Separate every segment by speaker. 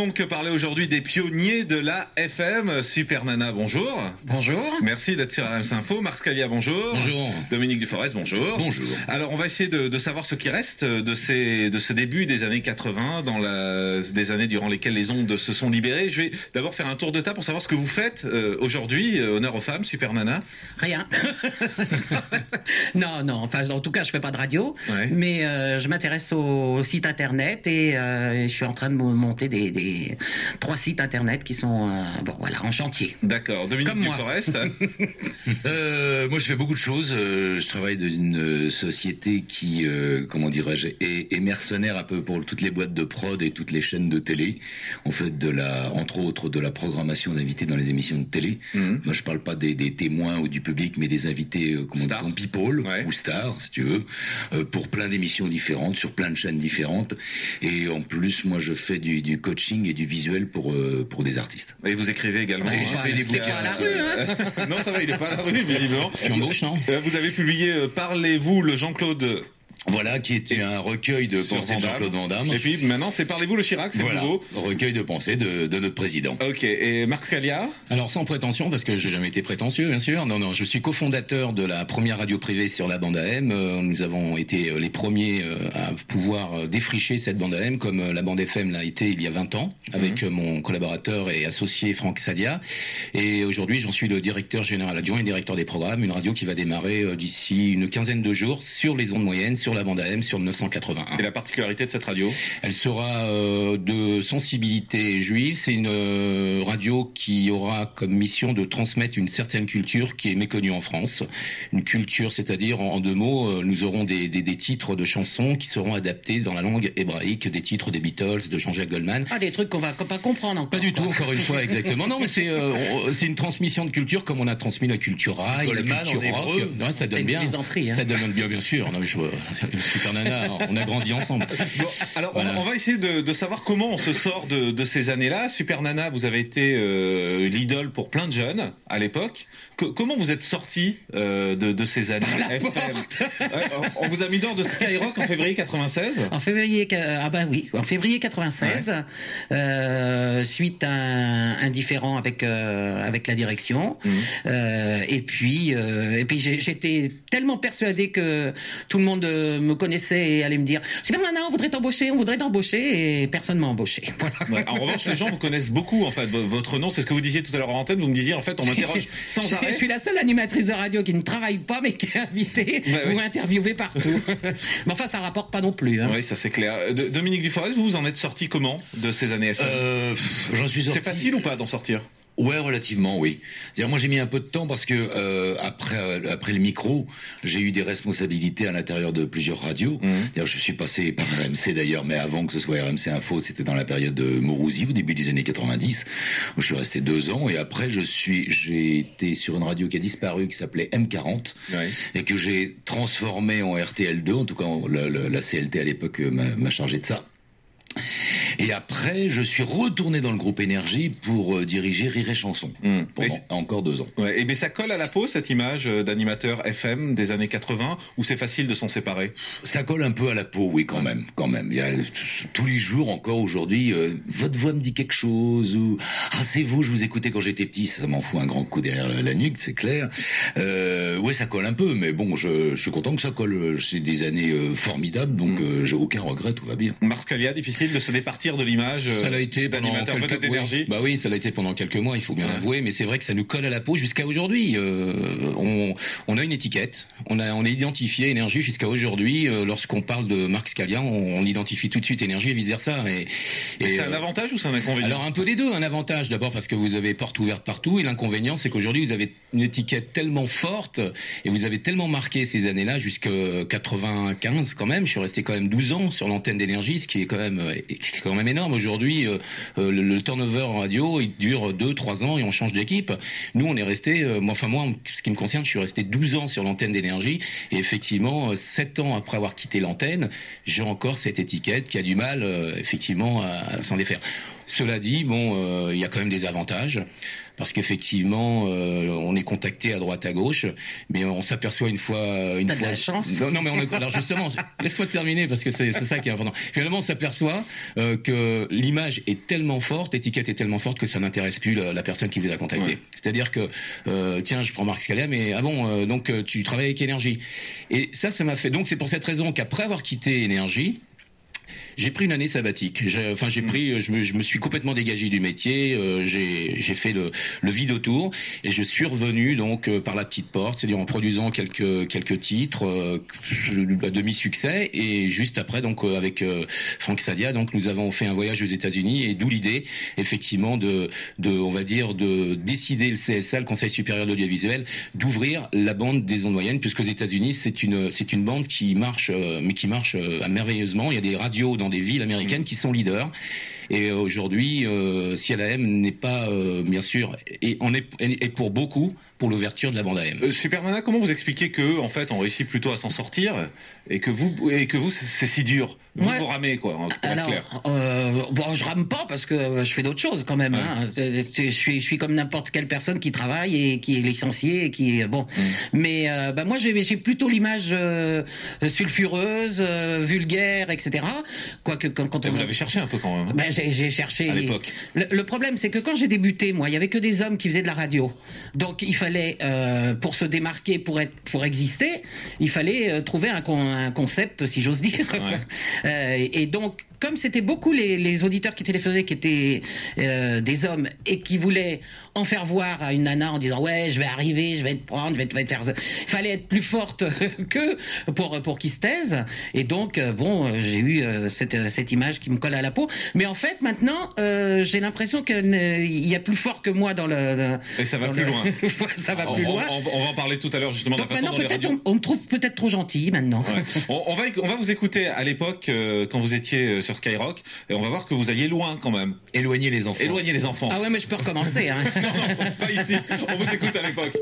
Speaker 1: Donc parler aujourd'hui des pionniers de la FM. Supernana, bonjour.
Speaker 2: Bonjour.
Speaker 1: Merci d'être sur RMC Info. Mars Calia, bonjour.
Speaker 2: Bonjour.
Speaker 1: Dominique Duforest, bonjour.
Speaker 2: Bonjour.
Speaker 1: Alors on va essayer de, de savoir ce qui reste de, ces, de ce début des années 80, dans la, des années durant lesquelles les ondes se sont libérées. Je vais d'abord faire un tour de tas pour savoir ce que vous faites euh, aujourd'hui. Euh, honneur aux femmes, Supernana.
Speaker 2: Rien. non, non. Enfin, en tout cas, je fais pas de radio,
Speaker 1: Ouais.
Speaker 2: mais euh, je m'intéresse au site internet et euh, je suis en train de mo- monter des, des- trois sites internet qui sont euh, bon, voilà, en chantier.
Speaker 1: D'accord. Dominique
Speaker 2: Comme moi.
Speaker 1: Duforest. Mhm.
Speaker 3: Euh, moi, je fais beaucoup de choses. Euh, Je travaille dans une euh, société qui, euh, comment dirais-je, est, est mercenaire un peu pour toutes les boîtes de prod et toutes les chaînes de télé. On fait de la, entre autres, de la programmation d'invités dans les émissions de télé.
Speaker 1: Mhm.
Speaker 3: Moi, je parle pas des, des témoins ou du public, mais des invités, euh, comment
Speaker 1: Stars.
Speaker 3: dit-on, people
Speaker 1: Ouais.
Speaker 3: ou stars, si tu veux, euh, pour plein d'émissions différentes, sur plein de chaînes différentes. Et en plus, moi, je fais du, du coaching et du visuel pour, euh, pour des artistes.
Speaker 1: Et vous écrivez également.
Speaker 3: Ouais, j'ai
Speaker 1: hein,
Speaker 3: fait des
Speaker 1: parce qu'il y a-
Speaker 3: bouquins à la hein.
Speaker 2: rue,
Speaker 1: non, ça va, il est pas à la rue, visiblement.
Speaker 3: Je suis en gauche, non
Speaker 1: Euh, Vous avez publié euh, Parlez-vous le Jean-Claude
Speaker 3: Voilà, qui était un recueil de
Speaker 1: Sur
Speaker 3: pensées
Speaker 1: Van
Speaker 3: de
Speaker 1: Damme.
Speaker 3: Jean-Claude Van Damme.
Speaker 1: Et puis maintenant, c'est Parlez-vous le Chirac, c'est
Speaker 3: Voilà,
Speaker 1: nouveau.
Speaker 3: recueil de pensées de, de notre président.
Speaker 1: Ok, et Marc Scalia
Speaker 4: Alors sans prétention, parce que j'ai jamais été prétentieux, bien sûr. Non, non, je suis cofondateur de la première radio privée sur la bande AM. Euh, Nous avons été euh, les premiers euh, à pouvoir euh, défricher cette bande AM, comme euh, la bande FM l'a été il y a 20 ans,
Speaker 1: Mhm.
Speaker 4: avec euh, mon collaborateur et associé Franck Sadia. Et aujourd'hui, j'en suis le directeur général adjoint et directeur des programmes, une radio qui va démarrer euh, d'ici une quinzaine de jours sur les ondes moyennes, sur la bande AM, sur le 981.
Speaker 1: Et la particularité de cette radio
Speaker 4: Elle sera euh, de sensibilité juive. C'est une euh, radio qui aura comme mission de transmettre une certaine culture qui est méconnue en France. Une culture, c'est-à-dire, en, en deux mots, euh, nous aurons des, des- des titres de chansons qui seront adaptés dans la langue hébraïque, des titres des Beatles, de Jean-Jacques Goldman.
Speaker 2: Ah, des trucs qu'on va pas comprendre encore.
Speaker 4: Pas du tout,
Speaker 2: quoi.
Speaker 4: encore une fois, exactement. Non, mais c'est euh, on- c'est une transmission de culture comme on a transmis la culture rail,
Speaker 3: Goldman
Speaker 4: la culture
Speaker 3: en
Speaker 4: rock.
Speaker 3: hébreu.
Speaker 4: Ouais, ça
Speaker 2: C'était
Speaker 4: donne bien.
Speaker 2: des entrées. hein.
Speaker 4: Ça donne bien, bien sûr. Non, mais je, super nana, on a grandi ensemble.
Speaker 1: Bon,
Speaker 3: Ah.
Speaker 1: alors, on-
Speaker 4: Voilà.
Speaker 1: on, va essayer de, de savoir comment on se sort de, de ces années-là. Super Nana, vous avez été euh, l'idole pour plein de jeunes à l'époque. Co- comment vous êtes sorti euh, de, de ces années FM Ouais, on, on vous a mis dans de Skyrock en février 96
Speaker 2: En février, euh, ah bah oui, en février 96, euh, suite à un, un différend avec euh, avec la direction,
Speaker 1: Mhm.
Speaker 2: Euh, et puis euh, et puis j'ai- j'étais tellement persuadé que tout le monde euh, me connaissait et allait me dire super Nana, on voudrait t'embaucher, on voudrait t'embaucher et personne m'a embauché.
Speaker 1: Ouais,
Speaker 2: Voilà.
Speaker 1: En revanche, les gens vous connaissent beaucoup, en fait. V- Votre nom, c'est ce que vous disiez tout à l'heure en antenne. Vous me disiez, en fait, on m'interroge sans
Speaker 2: Je
Speaker 1: arrêt.
Speaker 2: suis la seule animatrice de radio qui ne travaille pas mais qui est invitée
Speaker 1: Bah oui.
Speaker 2: ou interviewée partout. mais enfin, ça rapporte pas non plus. hein.
Speaker 1: Oui, ça c'est clair. Euh, De- Dominique Duforest, vous vous en êtes sorti comment de ces années FM
Speaker 3: Euh, pff, J'en suis sorti.
Speaker 1: C'est facile ou pas d'en sortir
Speaker 3: Ouais, relativement, oui. C'est-à-dire, moi, j'ai mis un peu de temps parce que euh, après, euh, après le micro, j'ai eu des responsabilités à l'intérieur de plusieurs radios. D'ailleurs, je suis passé par RMC d'ailleurs, mais avant que ce soit RMC Info, c'était dans la période de Mourouzi, au début des années 90, où je suis resté deux ans. Et après, je suis, j'ai été sur une radio qui a disparu, qui s'appelait M40,
Speaker 1: Ouais.
Speaker 3: et que j'ai transformé en RTL2, en tout cas en- la, la- la CLT à l'époque euh, m'a m'a chargé de ça. Et après, je suis retourné dans le groupe Énergie pour euh, diriger Rire et Chanson
Speaker 1: Mm. Et,
Speaker 3: pendant encore deux ans.
Speaker 1: c'est- ouais, et ben, ça colle à la peau cette image euh, d'animateur FM des années 80 où c'est facile de s'en séparer.
Speaker 3: Ça colle un peu à la peau, oui, quand même, quand même. Il y a, tous les jours, encore aujourd'hui, euh, votre voix me dit quelque chose ou ah c'est vous, je vous écoutais quand j'étais petit, ça, ça m'en fout un grand coup derrière la, la nuque, c'est clair. Euh, ouais, ça colle un peu, mais bon, je, je suis content que ça colle. C'est des années euh, formidables, donc
Speaker 1: Mm.
Speaker 3: euh, j'ai aucun regret, tout va bien.
Speaker 1: Mars Calia, difficile de se départir de l'image euh,
Speaker 4: Ça l'a été pendant
Speaker 1: d'animateur
Speaker 4: quelques
Speaker 1: vedette
Speaker 4: oui.
Speaker 1: d'énergie.
Speaker 4: Bah oui, ça l'a été pendant quelques mois, il faut bien
Speaker 1: Ouais.
Speaker 4: l'avouer, mais c'est vrai que ça nous colle à la peau jusqu'à aujourd'hui. Euh, on, on a une étiquette, on a on est identifié énergie jusqu'à aujourd'hui. Euh, Lorsqu'on parle de Marc Scalia, on, on identifie tout de suite énergie et vice versa. Et,
Speaker 1: Mais
Speaker 4: et,
Speaker 1: c'est
Speaker 4: euh,
Speaker 1: un avantage ou c'est un inconvénient
Speaker 4: alors un peu des deux, un avantage d'abord parce que vous avez porte ouverte partout et l'inconvénient c'est qu'aujourd'hui vous avez une étiquette tellement forte et vous avez tellement marqué ces années-là jusqu'à 95 quand même, je suis resté quand même 12 ans sur l'antenne d'énergie, ce qui est quand même euh, qui est quand même énorme aujourd'hui euh, euh, le, le turnover radio il dure 2 3 ans et on change d'équipe. Nous on est resté euh, moi enfin moi en ce qui me concerne, je suis resté 12 ans sur l'antenne d'énergie et effectivement 7 ans après avoir quitté l'antenne, j'ai encore cette étiquette qui a du mal euh, effectivement euh, à, à s'en défaire. Cela dit, bon, euh, il y a quand même des avantages parce qu'effectivement, euh, on est contacté à droite à gauche, mais on s'aperçoit une fois, une
Speaker 2: T'as de
Speaker 4: fois.
Speaker 2: la chance.
Speaker 4: Non, non, mais on a- alors justement, laisse-moi terminer parce que c'est c'est ça qui est important. Finalement, on s'aperçoit euh, que l'image est tellement forte, l'étiquette est tellement forte que ça n'intéresse plus la, la personne qui vous a contacté.
Speaker 1: Ouais.
Speaker 4: C'est-à-dire que euh, tiens, je prends Marc Scala, mais ah bon, euh, donc euh, tu travailles avec énergie. Et ça, ça m'a fait. Donc c'est pour cette raison qu'après avoir quitté énergie, j'ai pris une année sabbatique. J'ai- Enfin, j'ai pris, euh, je me, je me suis complètement dégagé du métier. euh, j'ai j'ai fait le, le vide autour et je suis revenu donc euh, par la petite porte, c'est-à-dire en produisant quelques quelques titres euh, à demi succès et juste après donc euh, avec euh, Franck Sadia donc nous avons fait un voyage aux États-Unis et d'où l'idée effectivement de de on va dire de décider le CSA, le Conseil supérieur de l'audiovisuel, d'ouvrir la bande des ondes moyennes puisque aux États-Unis c'est une c'est une bande qui marche euh, mais qui marche euh, merveilleusement. Il y a des radios dans des villes américaines qui sont leaders. Et aujourd'hui, euh, si AM n'est pas, euh, bien sûr, et, on est, et pour beaucoup, pour l'ouverture de la bande
Speaker 2: E.
Speaker 4: AM.
Speaker 1: Euh, Supermana, comment vous expliquez que en fait on réussit plutôt à s'en sortir et que vous et que vous c'est- c'est si dur Vous
Speaker 2: Ouais.
Speaker 1: vous ramez quoi, en- pour être
Speaker 2: Alors,
Speaker 1: clair.
Speaker 2: Ah euh, bon, je rame pas parce que euh, je fais d'autres choses quand même.
Speaker 1: Ouais.
Speaker 2: hein. C'est- c'est- Je, suis, je suis comme n'importe quelle personne qui travaille et qui est licenciée et qui est bon.
Speaker 1: Mm.
Speaker 2: Mais euh, bah, moi, j'ai j'ai plutôt l'image euh, sulfureuse, euh, vulgaire, etc. Quoique quand, quand
Speaker 1: Et
Speaker 2: on
Speaker 1: vous l'avez cherché un peu quand même hein,
Speaker 2: Bah, j'ai j'ai cherché.
Speaker 1: à l'époque.
Speaker 2: Le, le problème, c'est que quand j'ai débuté, moi, il y avait que des hommes qui faisaient de la radio. Donc, il fallait, euh, pour se démarquer, pour être, pour exister, il fallait euh, trouver un, con- un concept, si j'ose dire.
Speaker 1: Ouais.
Speaker 2: Euh, et donc, comme c'était beaucoup les, les auditeurs qui téléphonaient qui étaient euh, des hommes et qui voulaient en faire voir à une nana en disant ouais, je vais arriver, je vais te prendre, je vais te, je vais te faire. ça. Fallait être plus forte que pour pour qu'ils se taisent. Et donc euh, bon, euh, j'ai eu euh, cette euh, cette image qui me colle à la peau. Mais en fait, maintenant, euh, j'ai l'impression que ne- il y a plus fort que moi dans le.
Speaker 1: Et ça va
Speaker 2: dans
Speaker 1: plus
Speaker 2: le-
Speaker 1: loin.
Speaker 2: ça va
Speaker 1: on,
Speaker 2: plus
Speaker 1: on-
Speaker 2: loin.
Speaker 1: on- on va en parler tout à l'heure justement de
Speaker 2: donc
Speaker 1: la façon
Speaker 2: maintenant,
Speaker 1: dont les
Speaker 2: peut-être
Speaker 1: radios.
Speaker 2: on, on me trouve peut-être trop gentille maintenant.
Speaker 1: Ouais. On, on va, éc- on va vous écouter à l'époque euh, quand vous étiez euh, sur Skyrock et on va voir que vous alliez loin quand même.
Speaker 3: Éloigner les enfants.
Speaker 1: Éloignez les enfants.
Speaker 2: Ah ouais, mais je peux recommencer. Hein.
Speaker 1: Non, non, pas ici. On vous écoute à l'époque.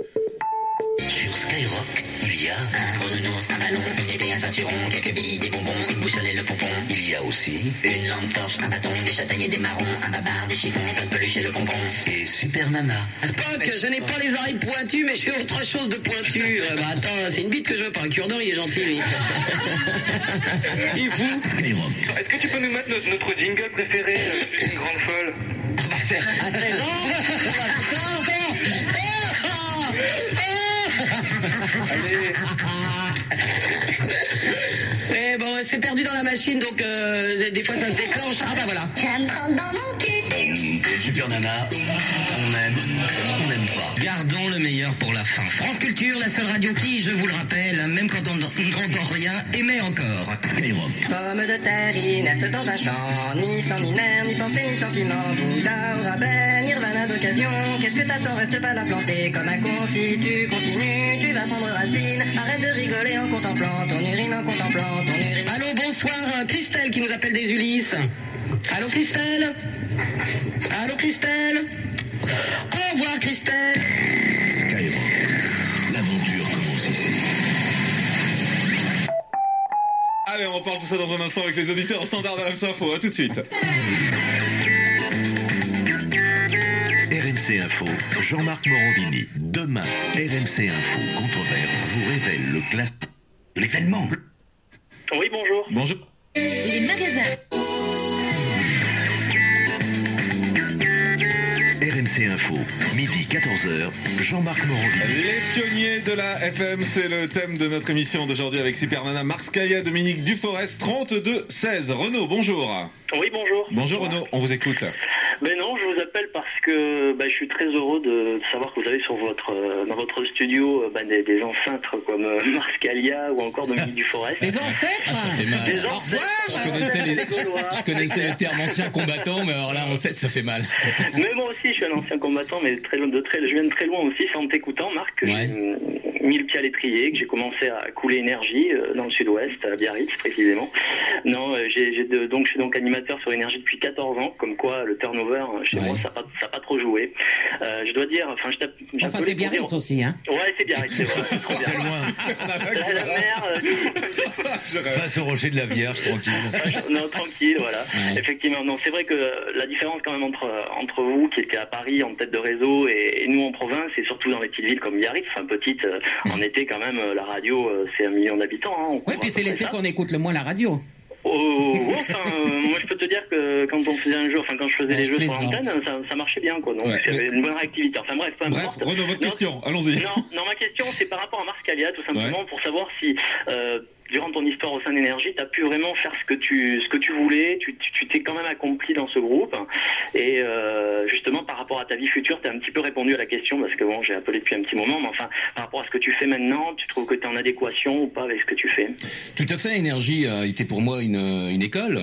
Speaker 5: Sur Skyrock, il y a un renonce, un ballon, une épée, un ceinturon, quelques billes, des bonbons, une boussole et le pompon. Il y a aussi une lampe torche, un bâton, des châtaigniers, des marrons, un babar, des chiffons, plein de peluches et le bonbon. Et Super Nana.
Speaker 6: Poc, je n'ai pas les oreilles pointues, mais j'ai autre chose de pointu. Euh, bah attends, c'est une bite que je veux pas. Un cure-dent, il est gentil, lui.
Speaker 3: Skyrock.
Speaker 7: Est-ce que tu peux nous mettre notre, notre jingle préféré euh, d'une grande folle
Speaker 6: Ah, À 16 ans, on va tout ça, encore. Ah,
Speaker 7: Allez
Speaker 6: Mais Eh, bon, c'est perdu dans la machine, donc euh, des fois ça se déclenche. Ah bah voilà.
Speaker 3: Super Nana, on aime, on n'aime pas.
Speaker 5: Gardons le meilleur pour la fin. France Culture, la seule radio qui, je vous le rappelle, même quand on n'y comprend rien, émet encore.
Speaker 3: Skyrock.
Speaker 6: Pomme de terre inerte dans un champ, ni sang, ni nerf, ni pensée, ni sentiment. Bouddha au rabais, nirvana d'occasion. Qu'est-ce que t'attends, reste pas la planter comme un con. Si tu continues, tu vas prendre racine. Arrête de rigoler en contemplant ton urine, en contemplant ton urine. Allô, bonsoir, euh, Christelle qui nous appelle des Ulysses. Allô, Christelle Allô, Christelle Au revoir, Christelle
Speaker 3: Skyrock. L'aventure commence ici.
Speaker 1: Allez, on parle tout ça dans un instant avec les auditeurs standards d'Alam's Info. À tout de suite.
Speaker 8: RMC Info, Jean-Marc Morandini. Demain, RMC Info Controverse vous révèle le classement de l'événement.
Speaker 7: Oui, bonjour.
Speaker 1: Bonjour.
Speaker 9: Les magasins.
Speaker 8: RMC Info, midi 14h, Jean-Marc Morandini.
Speaker 1: Les pionniers de la FM, c'est le thème de notre émission d'aujourd'hui avec Super Nana, Mars Kaya, Dominique Duforest, 32-16. Renaud, bonjour.
Speaker 7: Oui, bonjour.
Speaker 1: Bonjour Renaud, on vous écoute.
Speaker 7: Mais non, je vous appelle parce que bah, je suis très heureux de savoir que vous avez sur votre, euh, dans votre studio euh, bah, des, des ancêtres comme euh, Mars Calia ou encore Dominique Duforest.
Speaker 2: Les ancêtres.
Speaker 4: Ah, ça fait
Speaker 7: Des
Speaker 4: mal.
Speaker 7: ancêtres
Speaker 4: Je connaissais, les,
Speaker 7: Gaulois.
Speaker 4: je connaissais le terme ancien combattant, mais alors là, en 7, ça fait mal.
Speaker 7: Mais moi aussi, je suis un ancien combattant, mais très, loin- de très, je viens de très loin aussi. C'est en t'écoutant, Marc, que
Speaker 4: Ouais.
Speaker 7: j'ai euh, mis le pied à l'étrier, que j'ai commencé à couler énergie euh, dans le sud-ouest, à Biarritz précisément. Non, euh, j'ai j'ai de- donc, je suis donc animateur sur énergie depuis 14 ans, comme quoi le turnover Over, chez moi, ça n'a pas, ça a pas trop joué. Euh, je dois dire, enfin, je tape. j'ai
Speaker 2: Enfin,
Speaker 7: appelé
Speaker 2: c'est
Speaker 7: pour
Speaker 2: bien
Speaker 7: dire-
Speaker 2: aussi, hein.
Speaker 7: Ouais, c'est Biarritz, c'est vrai. c'est trop bien.
Speaker 3: C'est loin,
Speaker 7: La mer, euh,
Speaker 3: face au rocher de la Vierge, tranquille.
Speaker 7: non, tranquille, voilà. Effectivement, non, c'est vrai que la différence quand même entre, entre vous qui étiez à Paris en tête de réseau et, et nous en province, et surtout dans les petites villes comme Biarritz, enfin petite, euh, en été quand même, euh, la radio, euh, c'est un million d'habitants. Hein, on
Speaker 2: Oui,
Speaker 4: bah,
Speaker 7: couvre à
Speaker 2: puis c'est
Speaker 7: peu près
Speaker 2: l'été
Speaker 7: ça.
Speaker 2: qu'on écoute le moins la radio.
Speaker 7: Oh, ouais, enfin, euh, moi je peux te dire que quand on faisait un jeu, enfin quand je faisais
Speaker 2: Ouais,
Speaker 7: les
Speaker 2: je
Speaker 7: jeux sur
Speaker 2: plaisante.
Speaker 7: l'antenne, ça, ça marchait bien quoi. Donc
Speaker 4: Ouais,
Speaker 7: il y avait une bonne réactivité. Enfin bref, peu
Speaker 1: Bref,
Speaker 7: importe.
Speaker 1: Renaud, votre
Speaker 7: Non,
Speaker 1: question, allons-y.
Speaker 7: Non, non, ma question c'est par rapport à Marscalia tout simplement pour savoir si euh, durant ton histoire au sein d'énergie, t'as pu vraiment faire ce que tu ce que tu voulais. Tu tu- tu t'es quand même accompli dans ce groupe et euh, justement par rapport à ta vie future, t'as un petit peu répondu à la question parce que bon, j'ai appelé depuis un petit moment, mais enfin par rapport à ce que tu fais maintenant, tu trouves que t'es en adéquation ou pas avec ce que tu fais
Speaker 4: Tout à fait, Énergie a été pour moi une, euh, une école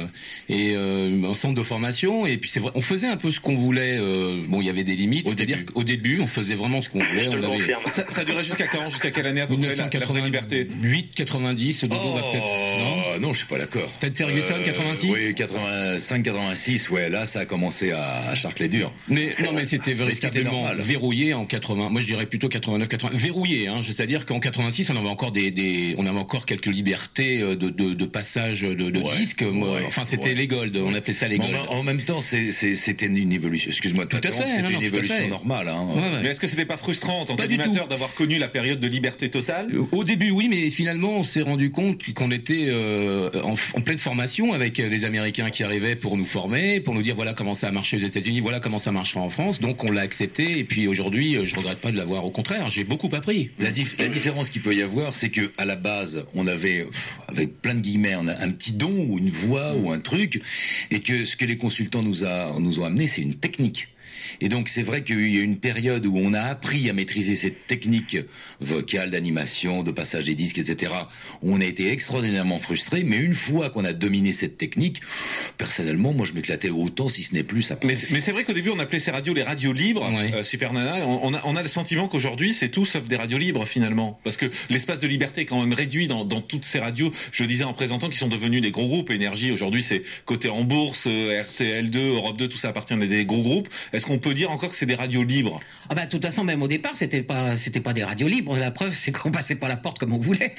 Speaker 4: et euh, un centre de formation. Et puis c'est vrai, on faisait un peu ce qu'on voulait. euh, bon, il y avait des limites.
Speaker 3: Au
Speaker 4: C'est-à-dire qu'au début, on faisait vraiment ce qu'on voulait.
Speaker 7: Je te
Speaker 4: On
Speaker 7: le
Speaker 4: avait
Speaker 7: confirme.
Speaker 1: Ça, ça durait jusqu'à quand Jusqu'à quelle année à peu près la, la vraie liberté
Speaker 4: 1988, 90, Dodo va peut-être. Non
Speaker 3: Oh, non, je suis pas d'accord. Euh,
Speaker 4: Peut-être Ferguson, 86
Speaker 3: Oui, 85, 86, ouais, là, ça a commencé à, à charcler dur.
Speaker 4: Mais non, mais c'était
Speaker 3: Mais ce qui était
Speaker 4: véritablement
Speaker 3: normal.
Speaker 4: verrouillé en 80. Moi, je dirais plutôt 89, 80. Verrouillé, hein. C'est-à-dire qu'en 86, on avait encore des, des- on avait encore quelques libertés euh, de, de, de passage de, de
Speaker 3: Ouais,
Speaker 4: disques. Moi,
Speaker 3: ouais,
Speaker 4: enfin, c'était
Speaker 3: ouais. ben,
Speaker 4: les gold. On appelait ça les
Speaker 3: Mais
Speaker 4: gold.
Speaker 3: en, en même temps, c'est- c'est- c'était une évolution. Excuse-moi, de
Speaker 4: Tout à
Speaker 3: t'interrompre,
Speaker 4: fait, non,
Speaker 3: C'était
Speaker 4: non,
Speaker 3: une
Speaker 4: tout à fait.
Speaker 3: évolution normale. Hein.
Speaker 4: Ouais, ouais.
Speaker 1: Mais est-ce que c'était pas frustrant en tant
Speaker 4: Pas du
Speaker 1: qu'animateur d'avoir connu la période de liberté totale
Speaker 4: Au début, oui, mais finalement, on s'est rendu compte qu'on était euh, en, en pleine formation avec euh, les Américains qui arrivaient pour nous former, pour nous dire voilà comment ça a marché aux États-Unis, voilà comment ça marchera en France. Donc, on l'a accepté. Et puis aujourd'hui, euh, je regrette pas de l'avoir. Au contraire, j'ai beaucoup appris.
Speaker 3: La, dif- la différence qu'il peut y avoir, c'est que à la base, on avait, pff, avec plein de guillemets, on a un petit don ou une voix ou un truc, et que ce que les consultants nous, a, nous ont amené, c'est une technique. Et donc c'est vrai qu'il y a une période où on a appris à maîtriser cette technique vocale, d'animation, de passage des disques, etc. On a été extraordinairement frustrés, mais une fois qu'on a dominé cette technique, personnellement, moi je m'éclatais autant, si ce n'est plus après.
Speaker 1: Mais, mais c'est vrai qu'au début, on appelait ces radios les radios libres,
Speaker 4: Ouais.
Speaker 1: euh, Super Nana. et On, on a, on a le sentiment qu'aujourd'hui, c'est tout sauf des radios libres finalement. Parce que l'espace de liberté est quand même réduit dans, dans toutes ces radios. Je le disais en présentant qui sont devenus des gros groupes. Énergie, aujourd'hui, c'est côté en bourse, euh, RTL2, Europe 2, tout ça appartient à des gros groupes. Est-ce qu'on peut dire encore que c'est des radios libres
Speaker 2: Ah bah, de toute façon, même au départ, c'était pas, c'était pas des radios libres. La preuve, c'est qu'on passait par la porte comme on voulait.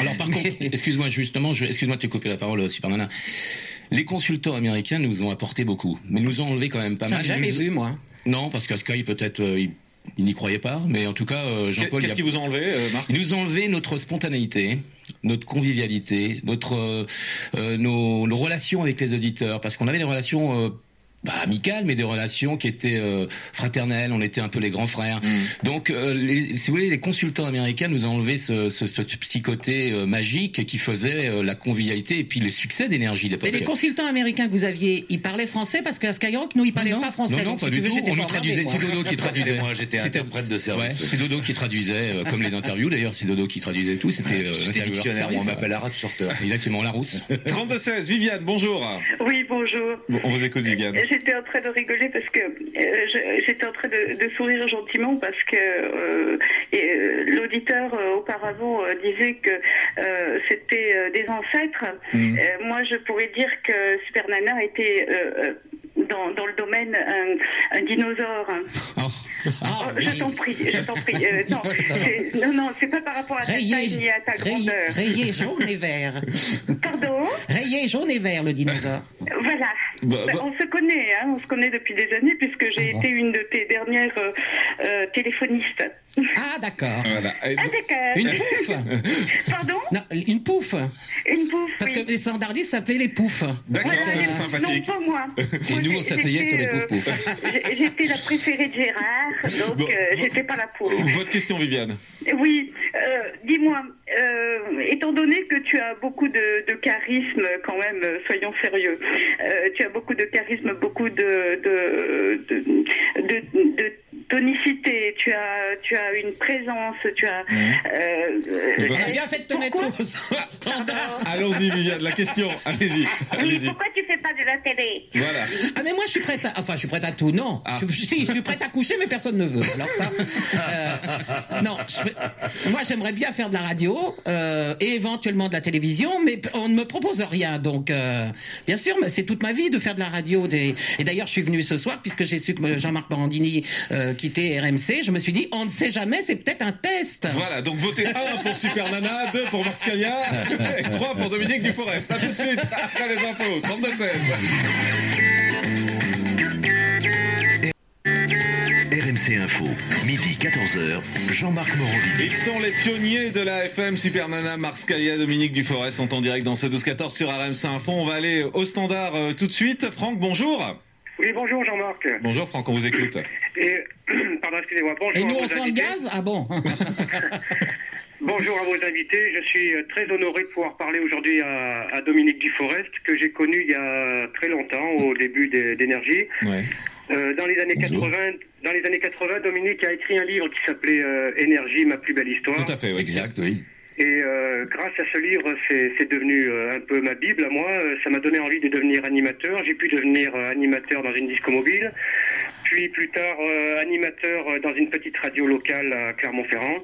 Speaker 4: Alors par
Speaker 2: Mais-
Speaker 4: contre, excuse-moi justement, je- excuse-moi de te couper la parole, Supernana. Les consultants américains nous ont apporté beaucoup, mais nous ont enlevé quand même pas
Speaker 2: J'en ai
Speaker 4: mal.
Speaker 2: jamais
Speaker 4: Ils nous-
Speaker 2: vu, moi.
Speaker 4: Non, parce qu'à Sky peut-être euh, il, il n'y croyait pas, mais en tout cas euh, Jean-Paul. il y
Speaker 1: Qu'est-ce
Speaker 4: a-
Speaker 1: qui vous a enlevé, euh, Marc
Speaker 4: ils nous ont enlevé notre spontanéité, notre convivialité, notre, euh, euh, nos, nos relations avec les auditeurs, parce qu'on avait des relations euh, bah, amicales, mais des relations qui étaient euh, fraternelles, on était un peu les grands frères.
Speaker 3: Mm.
Speaker 4: Donc, euh, les- si vous voulez, les consultants américains nous ont enlevé ce, ce, ce petit côté euh, magique qui faisait euh, la convivialité et puis les succès d'énergie.
Speaker 2: Et les consultants américains que vous aviez, ils parlaient français parce qu'à Skyrock, nous, ils parlaient pas français.
Speaker 4: Non, non,
Speaker 2: donc,
Speaker 4: pas
Speaker 2: si
Speaker 4: du
Speaker 2: tu veux,
Speaker 4: tout.
Speaker 2: j'étais
Speaker 4: On
Speaker 2: pas
Speaker 4: nous traduisait.
Speaker 2: emmerdé,
Speaker 4: C'est
Speaker 2: quoi.
Speaker 4: Dodo qui traduisait.
Speaker 3: Moi, j'étais
Speaker 4: C'était-
Speaker 3: interprète de
Speaker 4: Ouais,
Speaker 3: service. ouais.
Speaker 4: c'est Dodo qui traduisait, euh, comme les interviews d'ailleurs, c'est Dodo qui traduisait tout, c'était euh,
Speaker 3: J'étais
Speaker 4: l'intervieweur
Speaker 3: Ah, dictionnaire, on
Speaker 4: service, ouais.
Speaker 3: m'appelle Arad Shorter.
Speaker 4: Exactement, Larousse.
Speaker 1: 32-16, Viviane, bonjour.
Speaker 9: Oui, bonjour.
Speaker 1: Bon, on vous écoute, Viviane.
Speaker 9: J'étais en train de rigoler parce que euh, je- j'étais en train de, de sourire gentiment parce que euh, et, euh, l'auditeur euh, auparavant euh, disait que euh, c'était euh, des ancêtres.
Speaker 1: Mhm.
Speaker 9: Euh, moi, je pourrais dire que Super Nana était euh, euh, dans, dans le domaine un, un dinosaure.
Speaker 2: Ah,
Speaker 9: Oh, je
Speaker 2: oui.
Speaker 9: t'en prie, je t'en prie. Euh, non, c'est- non, non, c'est pas par rapport à ta
Speaker 2: Rayé.
Speaker 9: taille ni à ta
Speaker 2: Rayé,
Speaker 9: grandeur.
Speaker 2: rayé jaune et vert.
Speaker 9: Pardon
Speaker 2: Rayé jaune et vert, le dinosaure.
Speaker 9: Voilà.
Speaker 1: Bah,
Speaker 9: Bah,
Speaker 1: bah,
Speaker 9: on se connaît, hein, on se connaît depuis des années puisque j'ai été une de tes dernières euh, euh, téléphonistes.
Speaker 2: Ah, d'accord.
Speaker 1: voilà. Et
Speaker 9: Ah
Speaker 1: donc-
Speaker 9: d'accord.
Speaker 2: Une pouffe
Speaker 9: Pardon
Speaker 2: Non, une pouffe
Speaker 9: Une bouffe
Speaker 2: Parce que
Speaker 9: oui.
Speaker 2: les standardistes s'appelaient les poufs.
Speaker 1: D'accord,
Speaker 9: Voilà,
Speaker 1: c'est
Speaker 9: les-
Speaker 1: sympathique.
Speaker 9: Non, pas moi.
Speaker 4: Et
Speaker 9: Moi,
Speaker 4: nous, on
Speaker 9: j'ai-
Speaker 4: s'asseyait sur les
Speaker 9: j'étais,
Speaker 4: poufs poufs.
Speaker 9: euh, j'ai- J'étais la préférée de Gérard, donc
Speaker 1: Bon,
Speaker 9: euh,
Speaker 1: bon.
Speaker 9: j'étais pas la pouffe.
Speaker 1: Votre question, Viviane.
Speaker 9: Oui, euh, dis-moi, euh, étant donné que tu as beaucoup de, de charisme, quand même, euh, soyons sérieux, euh, tu as beaucoup de charisme, beaucoup de, de, de, de, de tonicité, tu as, tu as une présence, tu as. euh,
Speaker 1: Elle
Speaker 9: euh,
Speaker 1: a
Speaker 2: bien fait de te
Speaker 9: pourquoi-
Speaker 2: mettre au standard.
Speaker 1: Allons-y, Viviane, la question. Allez-y.
Speaker 10: Oui,
Speaker 1: Allez-y.
Speaker 10: pourquoi tu fais pas de la télé
Speaker 1: Voilà.
Speaker 2: Ah mais moi je suis prête à... Enfin je suis prête à tout, non.
Speaker 1: Ah.
Speaker 2: Je, je- si, je suis prête à coucher mais personne ne veut. Alors ça... euh, non, je- moi j'aimerais bien faire de la radio euh, et éventuellement de la télévision, mais p- on ne me propose rien. Donc euh, bien sûr, mais c'est toute ma vie de faire de la radio. Des... Et d'ailleurs je suis venu ce soir puisque j'ai su que Jean-Marc Morandini euh, quittait RMC. Je me suis dit, on ne sait jamais, c'est peut-être un test.
Speaker 1: Voilà, donc votez 1 pour Super Nana, 2 pour Marscalia, et 3 pour Dominique Duforest. A tout de suite, après les infos, 32-16.
Speaker 8: RMC Info, midi 14h, Jean-Marc Morandini.
Speaker 1: Ils sont les pionniers de la FM Super Nana, Marscalia, Dominique Duforest sont en direct dans ce 12-14 sur RMC Info. On va aller au standard euh, tout de suite. Franck, bonjour.
Speaker 11: Oui, bonjour Jean-Marc.
Speaker 1: Bonjour Franck, on vous écoute.
Speaker 11: Et, pardon, excusez-moi. Bonjour
Speaker 2: Et nous
Speaker 11: à vos
Speaker 2: on sent le
Speaker 11: invités.
Speaker 2: gaz Ah bon
Speaker 11: Bonjour à vos invités. Je suis euh, très honoré de pouvoir parler aujourd'hui à, à Dominique Duforest, que j'ai connu il y a très longtemps, au début des- d'Énergie.
Speaker 1: Ouais.
Speaker 11: Euh, dans les années 80, dans les années 80, Dominique a écrit un livre qui s'appelait euh, Énergie, ma plus belle histoire.
Speaker 1: Tout à fait, oui.
Speaker 3: Exact, oui.
Speaker 11: Et euh, grâce à ce livre, c'est c'est devenu euh, un peu ma bible à moi. Euh, Ça m'a donné envie de devenir animateur. J'ai pu devenir euh, animateur dans une disco mobile, puis plus tard euh, animateur euh, dans une petite radio locale à Clermont-Ferrand.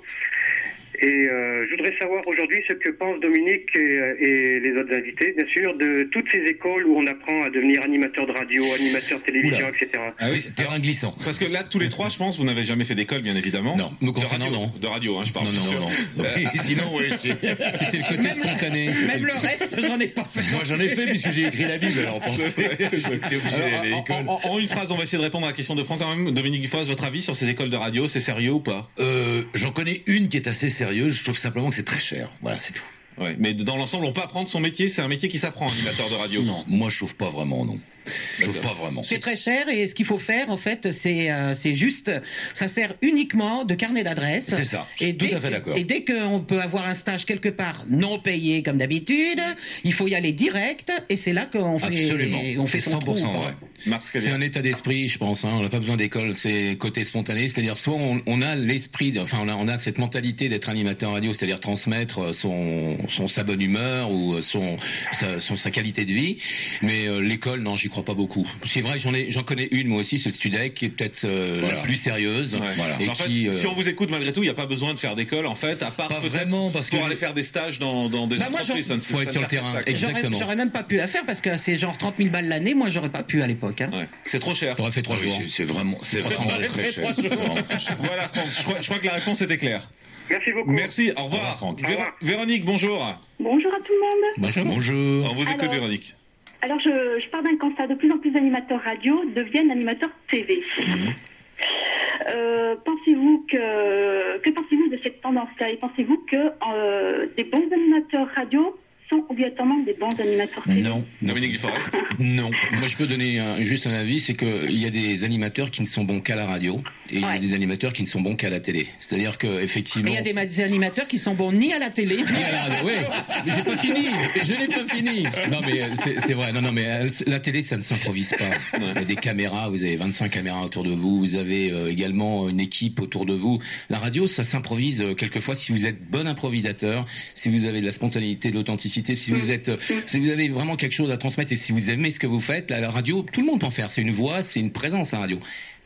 Speaker 11: Et euh, je voudrais savoir aujourd'hui ce que pensent Dominique et, euh, et les autres invités, bien sûr, de toutes ces écoles où on apprend à devenir animateur de radio, animateur de télévision, etc.
Speaker 1: Ah oui,
Speaker 3: Terrain glissant.
Speaker 1: Parce que là, tous les trois, je pense, vous n'avez jamais fait d'école, bien évidemment.
Speaker 3: Non.
Speaker 4: Me
Speaker 1: De
Speaker 4: concernant,
Speaker 1: radio,
Speaker 4: non.
Speaker 1: De radio, hein, je parle. Euh,
Speaker 4: Non,
Speaker 1: bien
Speaker 4: non,
Speaker 1: sûr.
Speaker 4: non.
Speaker 3: Sinon, oui. c'est-
Speaker 4: C'était le côté
Speaker 2: Même-
Speaker 4: spontané.
Speaker 2: Même le reste, j'en ai pas fait.
Speaker 3: Moi, j'en ai fait puisque j'ai écrit la Bible, alors pensez que j'étais obligé
Speaker 1: Alors,
Speaker 3: d'aller à
Speaker 1: en-
Speaker 3: l'école.
Speaker 1: en, en- en une phrase, on va essayer de répondre à la question de Franck quand même. Dominique Duforest, votre avis sur ces écoles de radio, c'est sérieux ou pas
Speaker 3: Euh, J'en connais une qui est assez sérieuse, je trouve simplement que c'est très cher. Voilà, c'est tout.
Speaker 1: ouais. Mais dans l'ensemble, on peut apprendre son métier, c'est un métier qui s'apprend, animateur de radio.
Speaker 3: Non, moi, je trouve pas vraiment, non. Je trouve pas vraiment.
Speaker 2: C'est très cher et ce qu'il faut faire, en fait, c'est euh, c'est juste, ça sert uniquement de carnet d'adresse.
Speaker 3: C'est ça. Je suis tout
Speaker 2: dès
Speaker 3: à fait
Speaker 2: que-
Speaker 3: d'accord.
Speaker 2: Et dès qu'on peut avoir un stage quelque part non payé comme d'habitude, il faut y aller direct et c'est là qu'on fait,
Speaker 3: Absolument.
Speaker 2: on fait
Speaker 3: C'est
Speaker 2: son hein. trou.
Speaker 3: 100%
Speaker 2: quoi.
Speaker 3: vrai.
Speaker 4: C'est
Speaker 1: Marscalia.
Speaker 4: un état d'esprit, je pense. hein. On n'a pas besoin d'école. C'est côté spontané. C'est-à-dire, soit on, on a l'esprit, de- enfin, on a, on a cette mentalité d'être animateur radio, c'est-à-dire transmettre euh, son, son- sa bonne humeur ou euh, son, sa, son- sa qualité de vie. Mais euh, l'école, non, j'y crois pas beaucoup. C'est vrai, j'en ai, j'en connais une, moi aussi, c'est le Studec, qui est peut-être euh,
Speaker 3: Voilà.
Speaker 4: la plus sérieuse.
Speaker 1: Ouais.
Speaker 3: Voilà.
Speaker 4: Et
Speaker 1: En fait,
Speaker 4: qui, euh,
Speaker 1: si on vous écoute malgré tout, il n'y a pas besoin de faire d'école en fait, à part
Speaker 3: Pas
Speaker 1: peut-être
Speaker 3: vraiment, parce que.
Speaker 1: pour aller faire des stages dans, dans des
Speaker 2: Bah, moi,
Speaker 1: entreprises.
Speaker 2: j'en-
Speaker 1: ne-
Speaker 4: Faut être
Speaker 1: ne
Speaker 4: sur
Speaker 1: sert qu'à
Speaker 4: le terrain.
Speaker 1: ça, quoi.
Speaker 4: Exact.
Speaker 2: J'aurais
Speaker 4: Exactement.
Speaker 2: j'aurais même pas pu la faire parce que c'est genre 30 000 balles l'année, moi j'aurais pas pu à l'époque. hein.
Speaker 1: Ouais. C'est trop cher.
Speaker 4: T'aurais fait
Speaker 3: Ah
Speaker 4: trois
Speaker 3: oui,
Speaker 4: jours.
Speaker 3: c'est- c'est vraiment, c'est
Speaker 1: Trois
Speaker 3: vraiment
Speaker 1: jours.
Speaker 3: très cher.
Speaker 1: Trois jours.
Speaker 3: C'est vraiment très cher.
Speaker 1: Voilà Franck, je crois, je crois que la réponse était claire.
Speaker 11: Merci beaucoup.
Speaker 1: Merci, au revoir.
Speaker 3: revoir, Franck.
Speaker 1: Véro-
Speaker 11: Au revoir.
Speaker 1: Véronique, bonjour.
Speaker 10: Bonjour à tout le monde.
Speaker 4: Bonjour.
Speaker 3: Bonjour.
Speaker 1: On vous écoute
Speaker 10: Alors.
Speaker 1: Véronique.
Speaker 10: Alors, je, je pars d'un constat. De plus en plus d'animateurs radio deviennent animateurs TV.
Speaker 4: Mhm.
Speaker 10: Euh, pensez-vous que que pensez-vous de cette tendance-là et pensez-vous que euh, des bons animateurs radio sont obligatoirement des bons animateurs TV
Speaker 3: Non,
Speaker 1: Dominique Duforest.
Speaker 3: non.
Speaker 4: Moi, je peux donner un- juste un avis, c'est qu'il y a des animateurs qui ne sont bons qu'à la radio et il y a
Speaker 10: Ouais.
Speaker 4: des animateurs qui ne sont bons qu'à la télé. C'est-à-dire que
Speaker 2: Mais
Speaker 4: effectivement.
Speaker 2: il y a des, ma- des animateurs qui sont bons ni à la télé.
Speaker 4: Ni à la radio, Ah, bah oui. Mais j'ai pas fini. Je n'ai pas fini. Non, mais euh, c'est c'est vrai. Non, non, mais euh, c'est- la télé, ça ne s'improvise pas. Il y a des caméras, vous avez 25 caméras autour de vous. Vous avez euh, également une équipe autour de vous. La radio, ça s'improvise euh, quelquefois si vous êtes bon improvisateur, si vous avez de la spontanéité, de l'authenticité, si vous êtes, euh, si vous avez vraiment quelque chose à transmettre et si vous aimez ce que vous faites, la la radio, tout le monde peut en faire. C'est une voix, c'est une présence, la radio.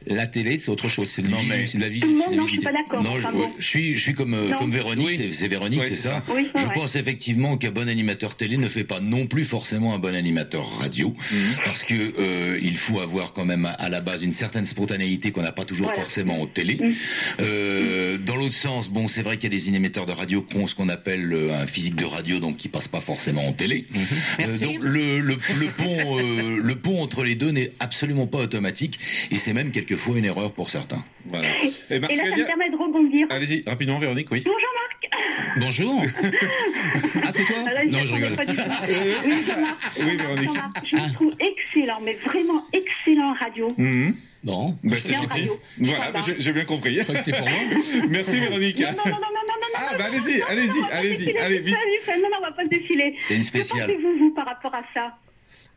Speaker 4: La télé, c'est autre chose. C'est de,
Speaker 3: Non,
Speaker 4: visu-
Speaker 3: mais-
Speaker 4: c'est de la visu-
Speaker 10: Tout le
Speaker 4: c'est
Speaker 10: monde,
Speaker 4: de la
Speaker 10: non, je suis
Speaker 4: visite.
Speaker 10: pas d'accord.
Speaker 3: Non, je,
Speaker 10: Enfin, bon.
Speaker 3: je suis, je suis comme, euh,
Speaker 10: Non.
Speaker 3: comme Véronique,
Speaker 4: Oui.
Speaker 3: c'est- c'est Véronique,
Speaker 1: Oui,
Speaker 3: c'est
Speaker 1: c'est
Speaker 3: ça.
Speaker 10: Oui, c'est
Speaker 3: Je
Speaker 10: vrai.
Speaker 3: pense effectivement qu'un bon animateur télé ne fait pas non plus forcément un bon animateur radio, parce que euh, il faut avoir quand même à, à la base une certaine spontanéité qu'on n'a pas toujours
Speaker 10: Voilà.
Speaker 3: forcément en télé.
Speaker 10: Mm.
Speaker 3: Euh, dans l'autre sens, bon, c'est vrai qu'il y a des animateurs de radio qui ont ce qu'on appelle euh, un physique de radio, donc qui passe pas forcément en télé.
Speaker 2: Merci.
Speaker 3: Euh, donc le, le, le pont, euh, le pont entre les deux n'est absolument pas automatique, et c'est même quelquefois une erreur pour certains.
Speaker 1: Voilà.
Speaker 4: Eh
Speaker 1: Et
Speaker 4: ben,
Speaker 10: Et là, ça me
Speaker 1: Marscalia.
Speaker 10: permet de rebondir.
Speaker 4: Ah,
Speaker 1: Allez-y, rapidement Véronique, oui.
Speaker 10: Bonjour
Speaker 4: Bonjour. Ah, c'est toi
Speaker 10: Marc. Là,
Speaker 4: Non,
Speaker 10: m'y
Speaker 4: je
Speaker 10: attendais
Speaker 4: rigole.
Speaker 10: pas du tout. Oui, Jean-Marc.
Speaker 1: Oui Véronique.
Speaker 10: Jean-Marc, Je me trouve excellent, mais vraiment excellent en radio.
Speaker 1: Mhm.
Speaker 4: Bon.
Speaker 1: Bah,
Speaker 10: Bien
Speaker 1: c'est gentil.
Speaker 10: radio.
Speaker 1: Voilà,
Speaker 10: Voilà.
Speaker 1: j'ai j'ai bien compris.
Speaker 4: Je crois que c'est pour moi.
Speaker 1: Merci Véronique.
Speaker 10: Non, non, non, non, non, non, non.
Speaker 1: Ah bah allez-y, allez-y, allez-y, allez vite.
Speaker 10: Non, non, on va pas se défiler.
Speaker 3: C'est une
Speaker 10: Que
Speaker 3: spéciale.
Speaker 10: pensez-vous, vous, par rapport à ça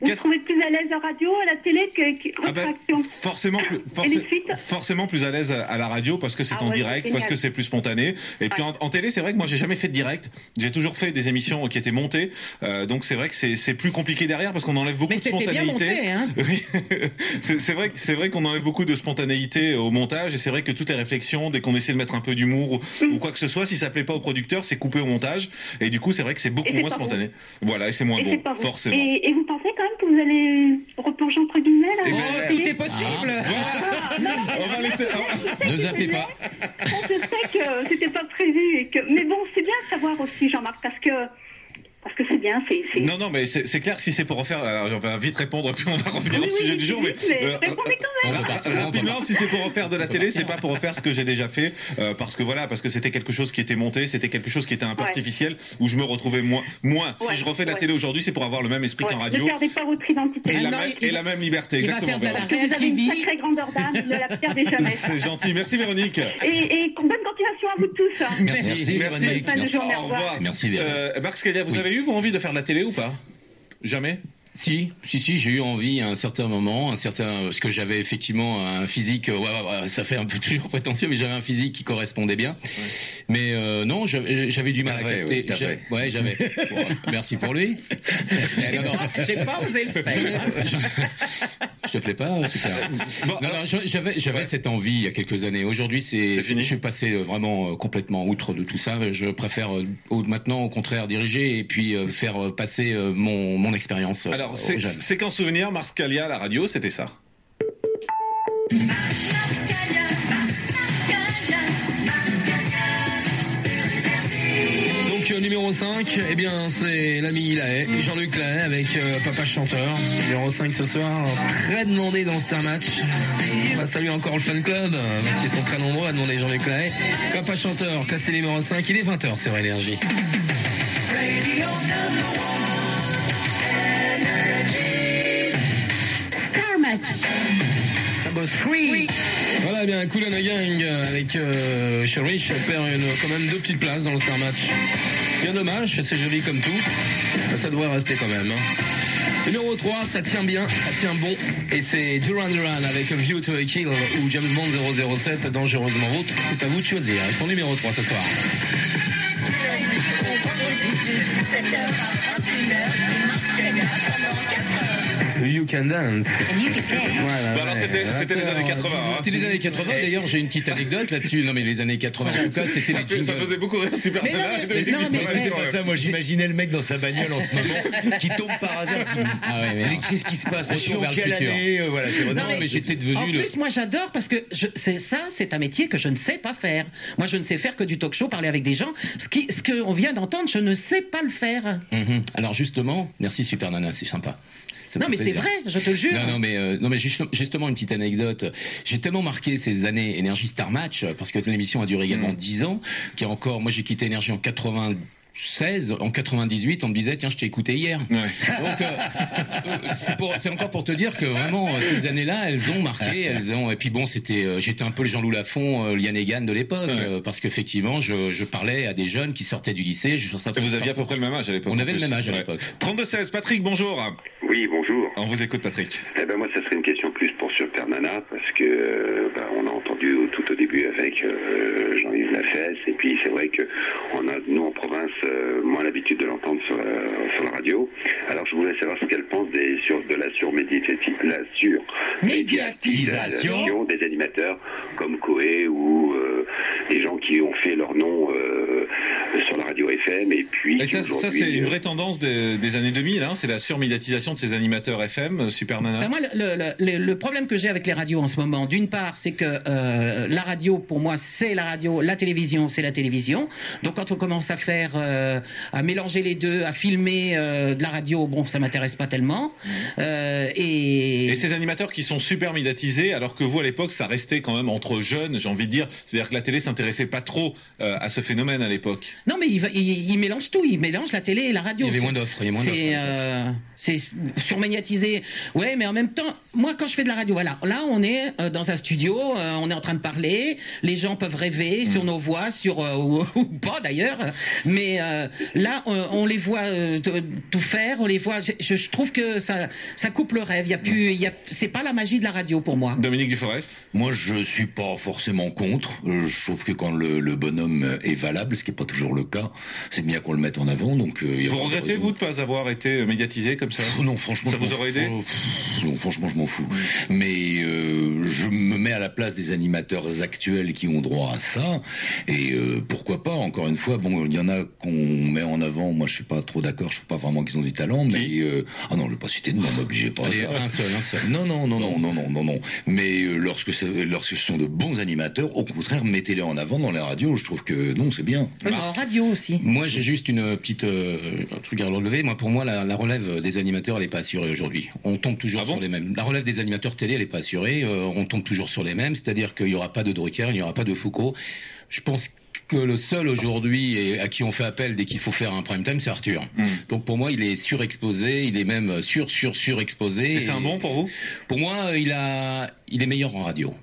Speaker 10: Vous vous trouvez plus à l'aise en radio, à la télé que, que-
Speaker 1: Ah ben,
Speaker 10: rétraction
Speaker 1: forcément, plus, forc-
Speaker 10: Et les suites
Speaker 1: forcément plus à l'aise à- à la radio parce que c'est
Speaker 10: Ah
Speaker 1: en
Speaker 10: ouais,
Speaker 1: direct,
Speaker 10: c'est
Speaker 1: parce
Speaker 10: génial.
Speaker 1: que c'est plus spontané. Et puis en, en télé, c'est vrai que moi j'ai jamais fait de direct. J'ai toujours fait des émissions qui étaient montées. Euh, donc c'est vrai que c'est c'est plus compliqué derrière parce qu'on enlève beaucoup
Speaker 2: Mais
Speaker 1: de
Speaker 2: c'était
Speaker 1: spontanéité.
Speaker 2: bien monté, hein.
Speaker 1: Oui. c'est c'est vrai, que- c'est vrai qu'on enlève beaucoup de spontanéité au montage et c'est vrai que toutes les réflexions, dès qu'on essaie de mettre un peu d'humour ou, ou quoi que ce soit, si ça plaît pas au producteur, c'est coupé au montage. Et du coup, c'est vrai que c'est beaucoup
Speaker 10: Et c'est
Speaker 1: moins
Speaker 10: pas bon.
Speaker 1: spontané. Voilà, et c'est moins
Speaker 10: Et c'est
Speaker 1: bon,
Speaker 10: pas vous.
Speaker 1: forcément.
Speaker 10: Et, et vous pensez quand même que vous allez replonger entre guillemets là
Speaker 1: Eh ben,
Speaker 10: dans
Speaker 1: tout
Speaker 10: la télé
Speaker 1: est possible.
Speaker 10: Ah, non, mais-
Speaker 1: On va laisser-
Speaker 4: Ne zappez pas.
Speaker 10: Je sais que c'était pas prévu et que. Mais bon, c'est bien de savoir aussi, Jean-Marc, parce que parce que c'est bien, c'est c'est-
Speaker 1: Non, non, mais c'est c'est clair que si c'est pour refaire, alors on va vite répondre, puis on va revenir
Speaker 10: Oui,
Speaker 1: au sujet
Speaker 10: oui,
Speaker 1: du jour. Mais,
Speaker 10: vite, mais
Speaker 1: euh,
Speaker 10: répondez quand même.
Speaker 1: euh,
Speaker 10: On peut partir,
Speaker 1: euh,
Speaker 10: on peut
Speaker 1: rapidement,
Speaker 10: partir.
Speaker 1: si c'est pour refaire de la télé, c'est pas pour refaire ce que j'ai déjà fait, euh, parce que voilà, parce que c'était quelque chose qui était monté, c'était quelque chose qui était un peu
Speaker 10: Ouais.
Speaker 1: artificiel, où je me retrouvais moins. moins.
Speaker 10: Ouais,
Speaker 1: si je refais de la
Speaker 10: ouais.
Speaker 1: télé aujourd'hui, c'est pour avoir le même esprit qu'en
Speaker 10: Ouais,
Speaker 1: radio
Speaker 10: Ne perdez pas votre identité.
Speaker 1: et, la, même, et la même liberté.
Speaker 2: Ah il va
Speaker 1: Exactement.
Speaker 2: faire de la
Speaker 1: Véronique.
Speaker 10: Parce que vous avez une sacrée grandeur d'âme, ne la perdez jamais.
Speaker 1: C'est gentil. Merci Véronique.
Speaker 10: Et, et bonne continuation à vous tous. hein.
Speaker 1: Merci, Véronique.
Speaker 10: Bonne
Speaker 1: Merci.
Speaker 10: journée,
Speaker 1: Au revoir.
Speaker 4: Merci, Véronique.
Speaker 1: Euh, Marc Scalia, vous avez eu vous, envie de faire de la télé ou pas Jamais
Speaker 4: Si, si, si, j'ai eu envie à un certain moment, un certain, parce que j'avais effectivement un physique, euh, ouais, ouais, ouais, ça fait un peu toujours prétentieux, mais j'avais un physique qui correspondait bien. Mais euh, non, j'avais j'avais du mal à
Speaker 3: T'avais,
Speaker 4: capter.
Speaker 3: oui, t'avais.
Speaker 4: J'a- ouais, j'avais. Bon, merci pour lui.
Speaker 2: J'ai pas- J'ai pas osé le faire.
Speaker 4: Je te plais pas, hein, super. non, non, je- j'avais, j'avais cette envie il y a quelques années. Aujourd'hui, c'est, je suis passé euh, vraiment euh, complètement outre de tout ça. Je préfère euh, au- maintenant, au contraire, diriger et puis euh, faire euh, passer euh, mon, mon expérience. euh,
Speaker 1: Alors,
Speaker 4: aux
Speaker 1: c'est
Speaker 4: jeunes.
Speaker 1: c'est qu'en souvenir, Mars Scalia, la radio, c'était ça.
Speaker 12: Donc euh, numéro 5, eh bien c'est l'ami Lahaye, Jean-Luc Lahaye avec euh, Papa Chanteur. Numéro 5 ce soir, très demandé dans Star Match. Bah, On va saluer encore le fan club, euh, parce qu'ils sont très nombreux à demander Jean-Luc Lahaye. Papa Chanteur, classé numéro 5, il est 20h sur Énergie.
Speaker 13: Star Match.
Speaker 12: Ça bosse. Voilà, eh bien, Cool and the Gang euh, avec euh, Cherish perd une- quand même deux petites places dans le Star Match. Bien dommage, c'est joli comme tout. Euh, Ça devrait rester quand même. hein. Numéro 3, ça tient bien, ça tient bon. Et c'est Duran Duran avec A View to a Kill ou James Bond 007 dangereusement route. C'est à vous de choisir. Ils sont numéro 3 ce soir. You can dance. Voilà,
Speaker 1: Bah alors,
Speaker 12: ouais.
Speaker 1: c'était- c'était les années 80, hein.
Speaker 4: C'est les années 80. D'ailleurs, j'ai une petite anecdote là-dessus. Non, mais les années 80, en tout cas, c'était
Speaker 1: Ça
Speaker 4: les
Speaker 1: fait- ça
Speaker 4: jingles.
Speaker 1: faisait beaucoup rire, super.
Speaker 4: Mais non,
Speaker 1: Nana et
Speaker 4: mais-
Speaker 1: Dominique
Speaker 4: non, mais-
Speaker 1: Besson.
Speaker 3: Ouais, c'est pas ça, moi j'imaginais le mec dans sa bagnole en ce moment qui tombe par hasard. il se dit,
Speaker 4: Ah ouais, mais-
Speaker 3: mais qu'est-ce qui se passe Je suis
Speaker 4: Retour
Speaker 3: en
Speaker 4: vers le
Speaker 3: quelle
Speaker 4: futur.
Speaker 3: année Euh, voilà, c'est
Speaker 4: Non,
Speaker 3: redondant.
Speaker 4: mais j'étais
Speaker 2: En
Speaker 4: devenu le.
Speaker 2: plus, moi j'adore parce que je- c'est ça, c'est un métier que je ne sais pas faire. Moi, je ne sais faire que du talk-show, parler avec des gens. Ce qui, ce qu'on vient d'entendre, je ne sais pas le faire.
Speaker 4: Mhm. Alors justement, merci Super Nana, c'est sympa. Ça me
Speaker 2: Non,
Speaker 4: fait
Speaker 2: mais c'est
Speaker 4: plaisir.
Speaker 2: vrai, je te le jure.
Speaker 4: Non, non, mais, euh, non, mais juste- justement, une petite anecdote. J'ai tellement marqué ces années Énergie Star Match, euh, parce que l'émission a duré également 10 ans, qui est encore. Moi, j'ai quitté Énergie en 96, en 98, on me disait, tiens, je t'ai écouté hier. Donc, euh, euh, c'est pour- c'est encore pour te dire que vraiment, euh, ces années-là, elles ont marqué, elles ont. Et puis bon, c'était, euh, j'étais un peu le Jean-Loup Lafont, euh, Liane Egan de l'époque, euh, parce qu'effectivement, je, je parlais à des jeunes qui sortaient du lycée. Je,
Speaker 1: Et vous aviez à peu près le même âge à l'époque.
Speaker 4: On
Speaker 1: en
Speaker 4: avait le
Speaker 1: plus.
Speaker 4: même âge à
Speaker 1: Ouais.
Speaker 4: l'époque.
Speaker 1: 32-16, Patrick, bonjour.
Speaker 14: Oui, bonjour.
Speaker 1: On vous écoute, Patrick.
Speaker 14: Eh ben moi, ça serait une question plus pour Super Nana, parce que euh, ben, on a entendu au- tout au début avec euh, Jean-Yves Lafesse, et puis c'est vrai que on a, nous en province, euh, moins l'habitude de l'entendre sur, la- sur la radio. Alors je voulais savoir ce qu'elle pense des sur, de la surmédiatisation la surmédiatisation des animateurs comme Coé ou euh, des gens qui ont fait leur nom euh, sur la radio FM, et puis
Speaker 1: Et
Speaker 14: qui
Speaker 1: ça, ça,
Speaker 14: aujourd'hui,
Speaker 1: c'est une
Speaker 14: euh,
Speaker 1: vraie tendance des, des années 2000, hein, c'est la surmédiatisation de ces animateurs FM, euh, Super Nana.
Speaker 2: Bah, moi, le, le- le- le problème que j'ai avec les radios en ce moment, d'une part, c'est que euh, la radio, pour moi, c'est la radio, la télévision, c'est la télévision. Donc, quand on commence à faire, euh, à mélanger les deux, à filmer euh, de la radio, bon, ça m'intéresse pas tellement. Euh, et,
Speaker 1: Et ces animateurs qui sont super médiatisés, alors que vous, à l'époque, ça restait quand même entre jeunes, j'ai envie de dire. C'est-à-dire que la télé s'intéressait pas trop euh, à ce phénomène à l'époque.
Speaker 2: Non, mais il, va- il- il mélange tout. Il mélange la télé et la
Speaker 4: Il
Speaker 2: radio.
Speaker 4: y avait
Speaker 2: C'est-
Speaker 4: moins d'offres, il y a moins
Speaker 2: c'est,
Speaker 4: d'offres, en fait.
Speaker 2: euh, C'est surmédiatisé. Ouais, mais en même temps, moi, quand je fais de la radio, voilà. Là, on est euh, dans un studio, euh, on est en train de parler. Les gens peuvent rêver
Speaker 4: Hmm.
Speaker 2: sur nos voix, sur euh, ou, ou pas d'ailleurs. Mais euh, là, on, on les voit euh, t- tout faire. On les voit. Je, je- je trouve que ça, ça coupe le rêve. Il y a plus. il y a- C'est pas la magie de la radio pour moi.
Speaker 1: Dominique Duforest
Speaker 3: Moi, je suis pas forcément contre. Euh, Je trouve que quand le, le bonhomme est valable, ce qui n'est pas toujours le cas, c'est bien qu'on le mette en avant. Donc, euh, il y a
Speaker 1: Vous
Speaker 3: pas de
Speaker 1: regrettez,
Speaker 3: raison. Oh
Speaker 1: vous, de pas avoir été euh, médiatisé comme ça
Speaker 3: Non, Oh. franchement.
Speaker 1: Ça vous aurait aidé
Speaker 3: Non, franchement, je m'en fous. Mais euh, je me mets à la place des animateurs actuels qui ont droit à ça. Et euh, pourquoi pas, encore une fois, bon, il y en a qu'on met en avant. Moi, je suis pas trop d'accord. Je trouve pas vraiment qu'ils ont du talent. Mais. euh, ah non, je ne pas citer de nom, m'obligez pas à
Speaker 4: Allez,
Speaker 3: ça.
Speaker 4: un seul, un seul.
Speaker 3: Non, non, non, non, non, non, non, non. Mais euh, lorsque, ça- lorsque ce sont de bons animateurs, au contraire, mettez-les en avant dans les radios. Je trouve que non, c'est bien.
Speaker 2: En radio aussi.
Speaker 4: Moi, j'ai juste une petite euh, un truc à relever. Moi, pour moi, la, la relève des animateurs, elle n'est pas assurée aujourd'hui. On tombe toujours
Speaker 1: Ah
Speaker 4: sur les mêmes. La relève des animateurs télé, elle n'est pas assurée. Euh, on tombe toujours sur les mêmes. C'est-à-dire qu'il n'y aura pas de Drucker, il n'y aura pas de Foucault. Je pense que le seul aujourd'hui et à qui on fait appel dès qu'il faut faire un prime time, c'est Arthur.
Speaker 1: Hmm.
Speaker 4: Donc pour moi, il est surexposé, il est même sur sur surexposé.
Speaker 1: Et c'est un bon pour vous
Speaker 4: Pour moi, il a il est meilleur en radio.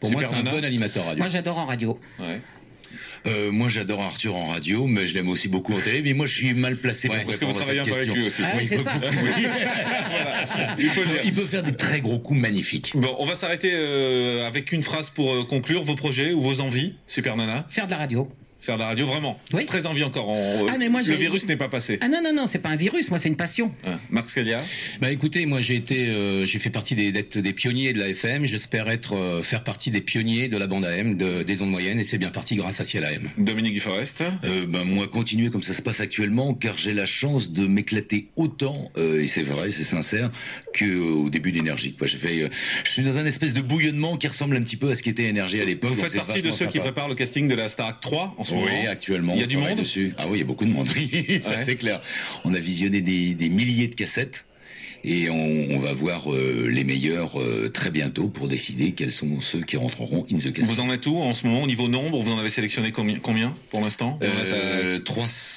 Speaker 4: Pour moi,
Speaker 3: Super
Speaker 4: c'est un
Speaker 3: Nana
Speaker 4: bon animateur radio.
Speaker 2: Moi, j'adore en radio.
Speaker 3: Euh, moi, j'adore Arthur en radio, mais je l'aime aussi beaucoup en télé. Mais moi, je suis mal placé
Speaker 1: Ouais,
Speaker 3: pour
Speaker 1: parce que vous
Speaker 3: répondre à cette
Speaker 1: travaillez un peu
Speaker 3: question.
Speaker 1: avec lui aussi. Ah,
Speaker 3: Oui,
Speaker 1: c'est
Speaker 3: beaucoup.
Speaker 1: ça.
Speaker 3: Oui.
Speaker 1: Il faut le dire.
Speaker 3: Il peut faire des très gros coups magnifiques.
Speaker 1: Bon, on va s'arrêter euh, avec une phrase pour euh, conclure vos projets ou vos envies, Super Nana.
Speaker 2: Faire de la radio.
Speaker 1: Faire de la radio, vraiment. Très envie encore. on- euh,
Speaker 2: Ah, mais moi,
Speaker 1: le
Speaker 2: j'ai-
Speaker 1: virus n'est pas passé.
Speaker 2: Ah non, non, non, c'est pas un virus. Moi, c'est une passion.
Speaker 1: Hein, Marc Scalia
Speaker 4: Bah écoutez, moi j'ai été, euh, j'ai fait partie des, d'être des pionniers de la FM. J'espère être, euh, faire partie des pionniers de la bande AM, de- des ondes moyennes, et c'est bien parti grâce à Ciel AM.
Speaker 1: Dominique Duforest
Speaker 3: Euh, ben, moi, continuer comme ça se passe actuellement, car j'ai la chance de m'éclater autant, euh, et c'est vrai, c'est sincère, qu'au début d'énergie. quoi. J'ai fait, euh, je suis dans un espèce de bouillonnement qui ressemble un petit peu à ce qui était énergie à l'époque.
Speaker 1: Vous
Speaker 3: donc
Speaker 1: faites
Speaker 3: c'est
Speaker 1: partie de
Speaker 3: vachement
Speaker 1: ceux qui
Speaker 3: sympa.
Speaker 1: préparent le casting de la Starac 3 en ce moment
Speaker 3: Oui, actuellement.
Speaker 1: Il y a
Speaker 3: on
Speaker 1: du
Speaker 3: travaille
Speaker 1: monde
Speaker 3: dessus. Ah oui, il y a beaucoup de monde. Oui, ça
Speaker 1: Ouais.
Speaker 3: c'est clair. On a visionné des, des milliers de cassettes. Et on, on va voir euh, les meilleurs euh, très bientôt pour décider quels sont ceux qui rentreront in the cast.
Speaker 1: Vous en êtes où en ce moment au niveau nombre Vous en avez sélectionné combien, combien pour l'instant On en est à-
Speaker 3: Euh,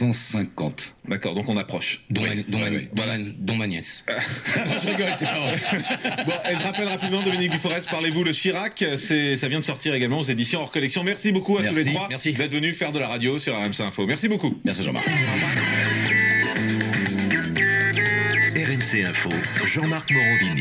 Speaker 3: 350.
Speaker 1: D'accord, donc on approche. Ah,
Speaker 4: Dont, ma, dont ma- dont ma- dont ma nièce. Je rigole, c'est pas vrai.
Speaker 1: Bon, et je rappelle rapidement, Dominique Duforest, parlez-vous le Chirac. C'est, ça vient de sortir également aux éditions hors collection. Merci beaucoup à tous les
Speaker 4: Merci,
Speaker 1: trois d'être venus faire de la radio sur RMC Info. Merci beaucoup.
Speaker 3: Merci Jean-Marc.
Speaker 8: RMC Info, Jean-Marc Morandini.